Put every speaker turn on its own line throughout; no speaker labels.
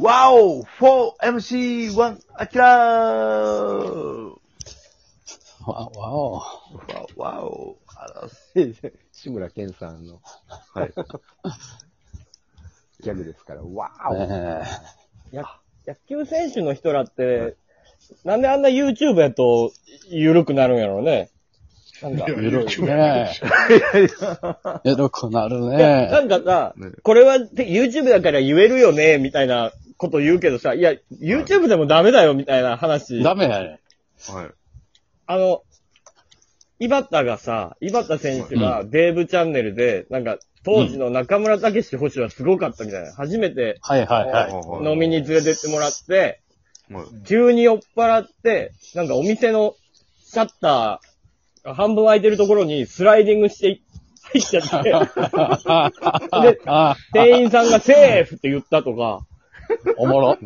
ワオ !4MC1 アキラー
わ、わお。
わワオあらす。
志村けんさんの
はい。
ギャグですから、わー
え
野球選手の人らって、なんであんな YouTube やと緩くなるんやろうね。なんか
え。、ゆるいね。 ゆるくなる
いやな
ね。
んかさ
ね、
これはて YouTube だから言えるよね、みたいなこと言うけどさ、いや、YouTube でもダメだよ、みたいな話。
ダメやね。
はい。
あの、イバッタがさ、イバッタ選手がデーブチャンネルで、なんか、当時の中村武史捕手はすごかったみたいな。初めて
はいはいはい。
はい
飲みに連れてってもらって、
はい
急に酔っ払って、なんかお店のシャッターが半分開いてるところにスライディングしてい入っち ゃって、で
あ
店員さんがセーフって言ったとか、
おもろ。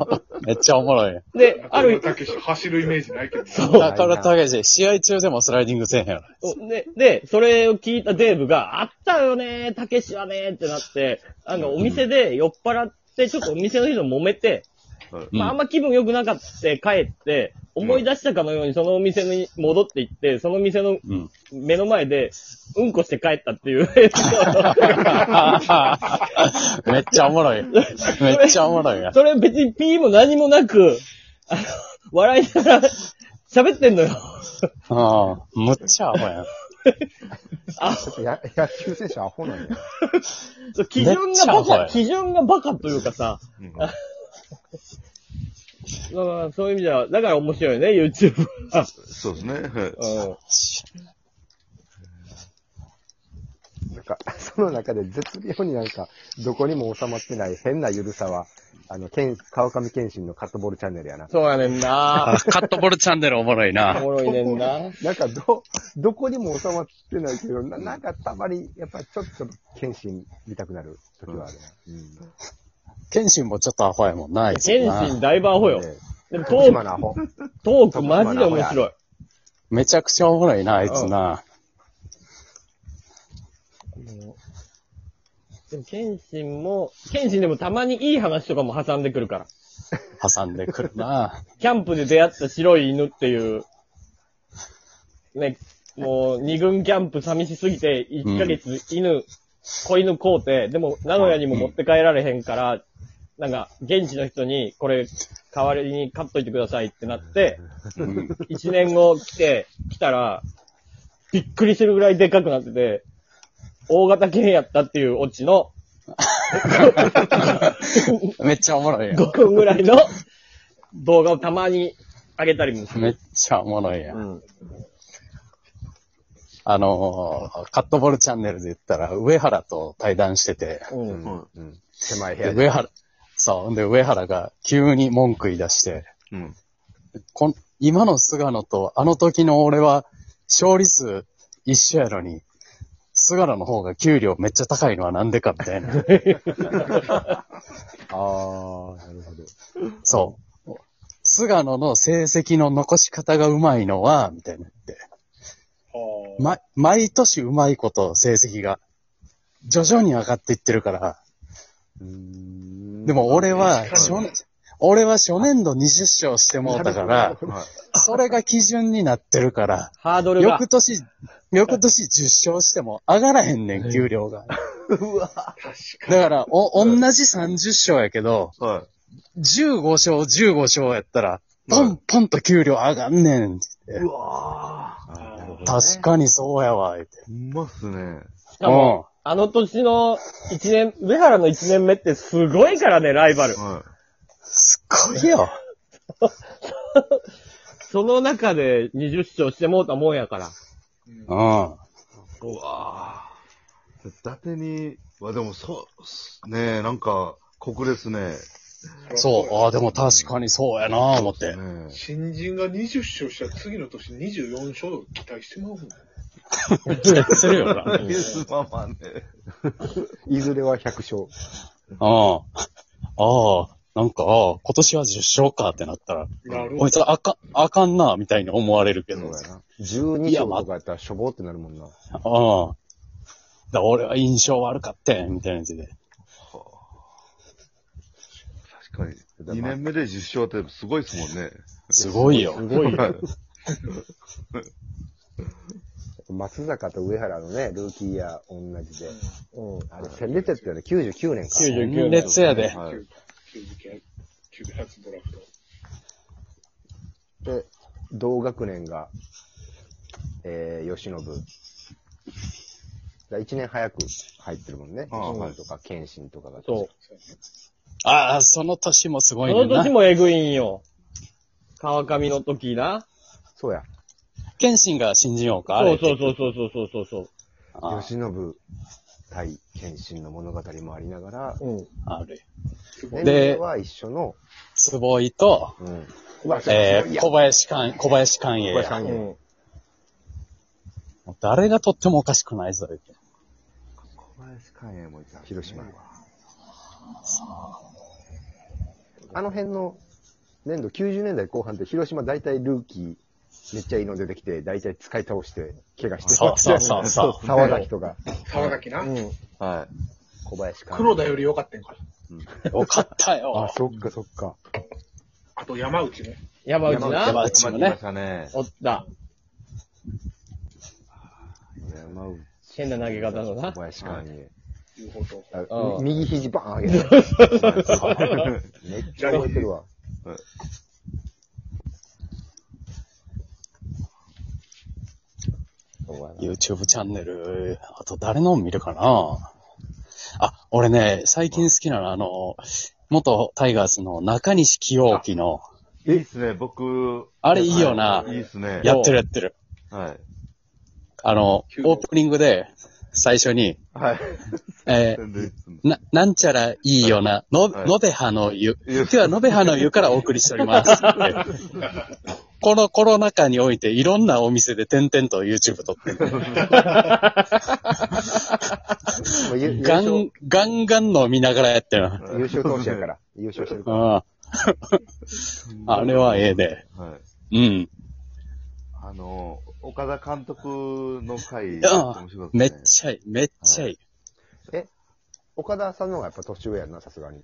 めっちゃおもろい。
で、あ
ある
る、
だけし走るイメージないけど。
だから、たけし、試合中でもスライディングせえへんやろ。
で、で、それを聞いたデーブが、あったよねたけしはねってなって、なんかお店で酔っ払って、ちょっとお店の人と揉めて、
うん
まあ、あんま気分良くなかったって帰って、思い出したかのようにそのお店に戻って行って、その店の
うん。
目の前で、うんこして帰ったっていう エピソード。
めっちゃおもろい。めっちゃおもろいや。
それ別に P も何もなく、あの、笑いながら喋ってんのよ。
うん。むっちゃアホやん。
ちょっとや野球選手アホなんだよ。
そう基準が
めっ
バ
ちゃ怖
カ、
い
基準がバカというかさ、
うん
まあまあそういう意味では、だから面白いね、YouTube は。
そうですね。はい
うん
なんか、 その中で絶妙になんか、どこにも収まってない変なゆるさは、あの、けん川上健信のカットボールチャンネルやな。
そうやねんな。
カットボールチャンネルおもろい
お
な。
もろいねんな。
なんか、ど、どこにも収まってないけど、ななんかたまに、やっぱりちょっと健信見たくなる時はあるな。
謙信もちょっとアホやもんな、あいつ
天
な
心だいぶアホよ。
ね
でもト
徳島
ー
のアホ。
ク、トークマジで面白い。
めちゃくちゃおもろいな、あいつな。
でも、謙信も、謙信でもたまにいい話とかも挟んでくるから。
挟んでくるな。
キャンプで出会った白い犬っていう、ね、もう二軍キャンプ寂しすぎて、1ヶ月犬、子犬買うて、でも名古屋にも持って帰られへんから、なんか、現地の人に、これ、代わりに買っといてくださいってなって、
うん
1年後来て、来たら、びっくりするぐらいでかくなってて、大型犬やったっていうオチの、
めっちゃおもろいやん。
5分ぐらいの動画をたまに上げたりもする。
めっちゃおもろいやん。
うん。
あのーカットボールチャンネルで言ったら、上原と対談してて、
う。
うんん。うん。狭い部
で
屋で。
上原、そう、で、上原が急に文句言い出して、
うん。
こん今の菅野とあの時の俺は、勝利数一緒やのに、菅野の方が給料めっちゃ高いのはなんでかみたいな。
あー、なるほど。
そう。菅野の成績の残し方がうまいのは、みたいなって。ま、毎年うまいこと成績が、徐々に上がっていってるから、
うーん
でも俺は、
確か
初年俺は初年度20勝してもうたから、
はい
それが基準になってるから、
ハードルが
翌。年、翌年10勝しても上がらへんねん、給料が。
確か
だから、お、同じ30勝やけど、
は
15勝、15勝やったら、ポンポンと給料上がんねん。
い。うわ
あーなるほど
確かにそうやわ、言うて。
ーうまっすね。
しかも、あの年の一年、上原の一年目ってすごいからね、ライバル。
は
すっごいよ。
その中で20勝してもうたもんやから。
うん。
い。うわー伊達に、わ、でもそう、ねえ、なんか、酷ですね。
そう。ああ、でも確かにそうやな、思って。
ね
に。新人が20勝したら次の年24勝を期待してまうもん。
期待 するよな。
え。まあまあね。
いずれは100勝。
ああ、ああ、なんか、ああ、今年は10勝かってなったら、
なる
こ
ほ
いつあかん、あかんな、みたいに思われるけ
そ
ど
う。やな。
12
いや
勝
ま
とかやったらしょぼってなるもんな。
ああ。だ俺は印象悪かったみたいなやつで。
けど。
2年目で10勝ってすごいですもんね。
すごい
す
よ。
ごいよ。
まあ松坂と上原のね、ルーキーイヤー同じで。うん。あれ、戦列やったよね。99年か。
99年
純烈やで。
はい
99 98ドラフト。
で、同学年が、えー、吉信。だから一年早く入ってるもんね。
ああ
吉信とか、謙信とかが。
そう。
ああ、その年もすごい
そ
ね
の
んな
年。もえぐいんよ。川上の時な。
そうや。
謙信が新人王かあ
そ
れ
うそうそうそうそうそうそう。
あ
吉信対謙信の物語もありながら、
うん。
あある。
年
で
齢は一緒の、
坪井と、
うん。
えー、小林寛、小林寛
小
永
林
や。
寛
う
永。
ん。
もう誰がとってもおかしくないぞ、言うて
小林寛永もいた、
広島。あの辺の年度、90年代後半って広島大体ルーキー、めっちゃいいの出てきて、大体使い倒して、怪我して。
そうそうそうそう
沢崎とか、
沢崎な。
うん。
はい。
小林寛永
黒田より良かったんか。
よかった
あ、
よ。
そっかそっか。
あと山内ね。
山内
山
な。
内も
来ま
ね
し。たね。
おった。
山内。
変な投げ方のな
小。林寛永。
いうこと。
あ
うん
右肘バーン上げる。めっちゃ覚えてるわ。
YouTube チャンネル、あと誰の見るかなあ、俺ね、最近好きなのはあの、元タイガースの中西清輝の、
いいっすね、僕。
あれいいよ
は
な
いいいっすね。
やってるやってる。
はい。
あの、オープニングで、最初に、
はい。
え
全然いいっすね
ー、な、なんちゃらいいよな、の、
はい
のべはの湯。今日はのべはの湯からお送りしており ますって。このコロナ禍において、いろんなお店で点々と YouTube 撮ってる。
もうゆ優
ガ
勝、優
ン、ガンガンの見ながらやってる。うん。
勝投手やから。優勝してるから。
あれはええで。
はい。
うん。
あの、岡田監督の回、
あ
面白かった
め
ね
っちゃいい、めっちゃいい。
岡田さんの方がやっぱ年上やんな、さすがに。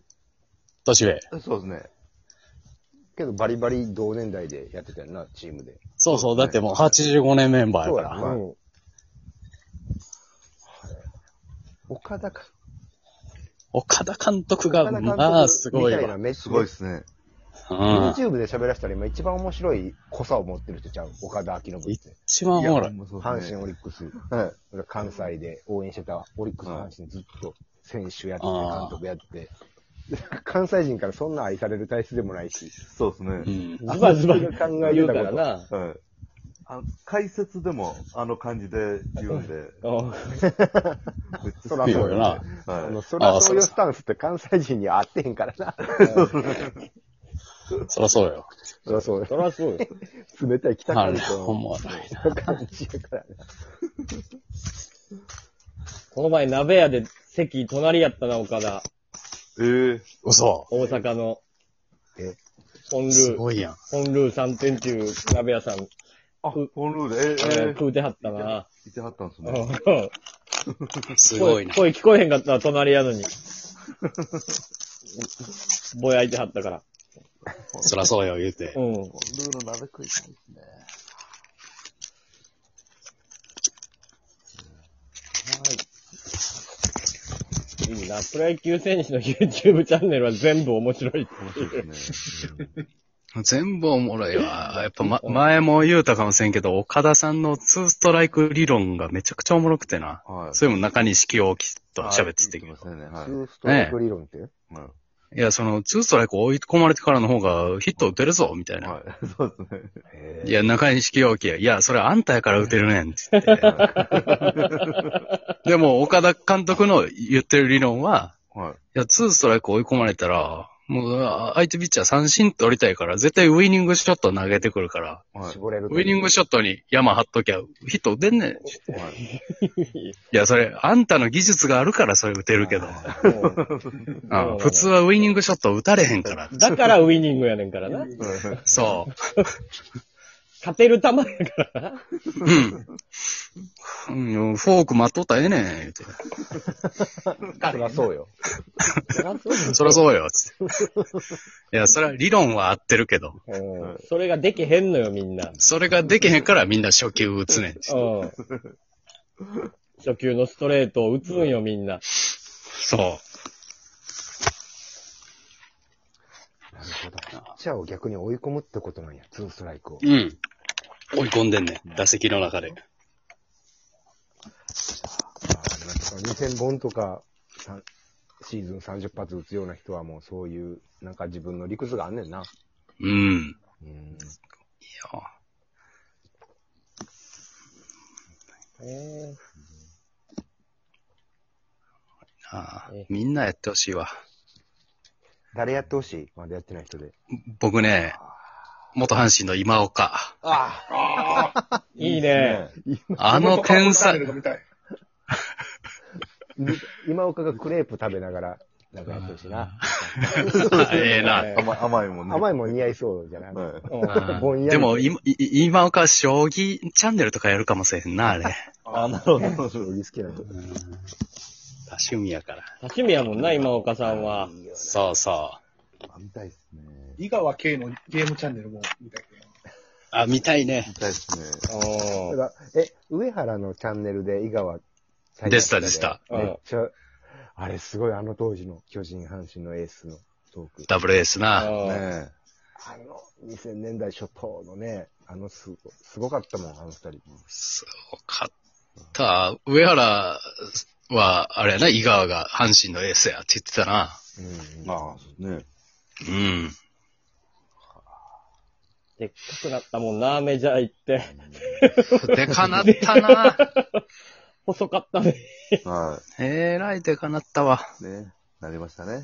年上。
そうですね。
けどバリバリ同年代でやってたやんな、チームで。
そうそう、だってもう85年メンバーやか
そう
ら。
う
やな
ん。
岡田か。
岡田監督
岡
が、
田監
まあ、す
督
ご
み
い
たいな
わ。
めっち
す
ゃ
ごいっすね。
うん。
YouTube で喋らせたら今一番面白い濃さを持ってる人ちゃう岡田明信って。
一番おもろい。
阪
阪神、オリックス。
はい。
俺関西で応援してたオリックス阪神ずっと選手やって、
あー
監督やって。 関西人からそんな愛される体質でもないし。
そうですね。
うん。
ズバズバ
自分が考
言
えて
う
た
か
こ
ら
と。
な。
はい。あの解説でもあの感じで言うんで、
うん。
めっちゃ
そら
好
そ
き
うよ
よ
な
ね。
あの、
は
そら
あー
そ
そうう
いう
か
スタンスって関西人に合ってへんからな。
そらそうよ。
そらそうよ。
そらそうよ。
冷たい北
あ
関
れ、
東
ほんま。
の感じやからな。
この前鍋屋で席隣やったな、岡田。
い。ええ
嘘。
大阪の。
え
本ル
す
ー、
ごいやん。
本ルー3点中鍋屋さん、
あ、
う
本ルール、え
え
え
ー
え
食うてはったな。
えいてはったんです
うん
ね。
すご
声
いな。
声聞こえへんかったら隣やのに。ぼやいてはったから。
そらそうよ、言うて
う。ん。
本ルール鍋食いたいですね。
いいな。プロ野球選手の YouTube チャンネルは全部面白い。
面白いですね。
全部おもろいわ。やっぱ、ま、前も言うたかもしれんけど、岡田さんのツーストライク理論がめちゃくちゃおもろくてな。
はい。
それも中西清輝と喋ってて
きましたね。はい
ツ。ーストライク理論って。
うん
いや、その、ツーストライク追い込まれてからの方がヒット打てるぞ、みたいな。
はい。そうですね。
へ
いや、中西清輝や、いや、それあんたやから打てるねん、つって。でも、岡田監督の言ってる理論は、
はい。
いや、ツーストライク追い込まれたら、もう、あ相手ピッチャー三振取りたいから、絶対ウイニングショット投げてくるから、
ぇ
はい。
絞れると
ウイニングショットに山張っときゃ、ヒット打てんねん。いや、それ、あんたの技術があるからそれ打てるけど、
うん
うん普通はウイニングショット打たれへんから。
だからウィニングやねんからな。
そう。
勝てる球やからな。
うん。フォーク待っとったらええねん、言うて。
そりゃそうよ。そりゃそう
そりゃそうよ、つって。 いや、それは理論は合ってるけど、
よ。うん。
それができへんのよ、みんな。
それができへんからみんな初球打つねん。
うん。初球のストレートを打つんよ、みんな。
そ
なるほど。ピッチャーを逆に追い込むってことなんや、ツーストライクを
う。。うん。追い込んでんねん。打席の中で。
ああ、なんかその2000本とか、さんシーズン30発打つような人はもうそういう、なんか自分の理屈があんねんな。
うん。
うん。
いや
え
ああ
ええ
みんなやってほしいわ。
誰やってほしいまだやってない人で。
僕ね、元阪神の今岡。
ーいいね。
あの天才、
で 今岡がクレープ食べながら、なんかやってほしいな。
ええな。
甘い甘いもんね。
甘
い。
いもん似合いそうじゃない
はい、
うん
あ
ぼ
ー
んやり
でも、今、いい今岡、将棋チャンネルとかやるかもしれんな、あれ。
あ、なるほど。多
将棋好きな人。
多趣味やから。
趣味やもんな、今岡さんは。
そうそう。
あ見たいっすね。
井川圭のゲームチャンネルも見たいな。
あ、見たいね。
見たいっすね。
た
う
だえ、上原のチャンネルで井川最後
でしたでした。
うん
めっちゃ、あれすごい、あの当時の巨人、阪神のエースのトーク。
ダブルエースな。
ん。うん
ね
あの、2000年代初頭のね、あのすご、すごかったもん、あの二人。
すごかった。上原は、あれやな、井川が阪神のエースやって言ってたな。
うん
え。ああ、そうね。
うん。
でっかくなったもんな、メジャー行って。
でかなったな。
細かったね。
は
えらいでかなったわ。
い。ね。なりましたね。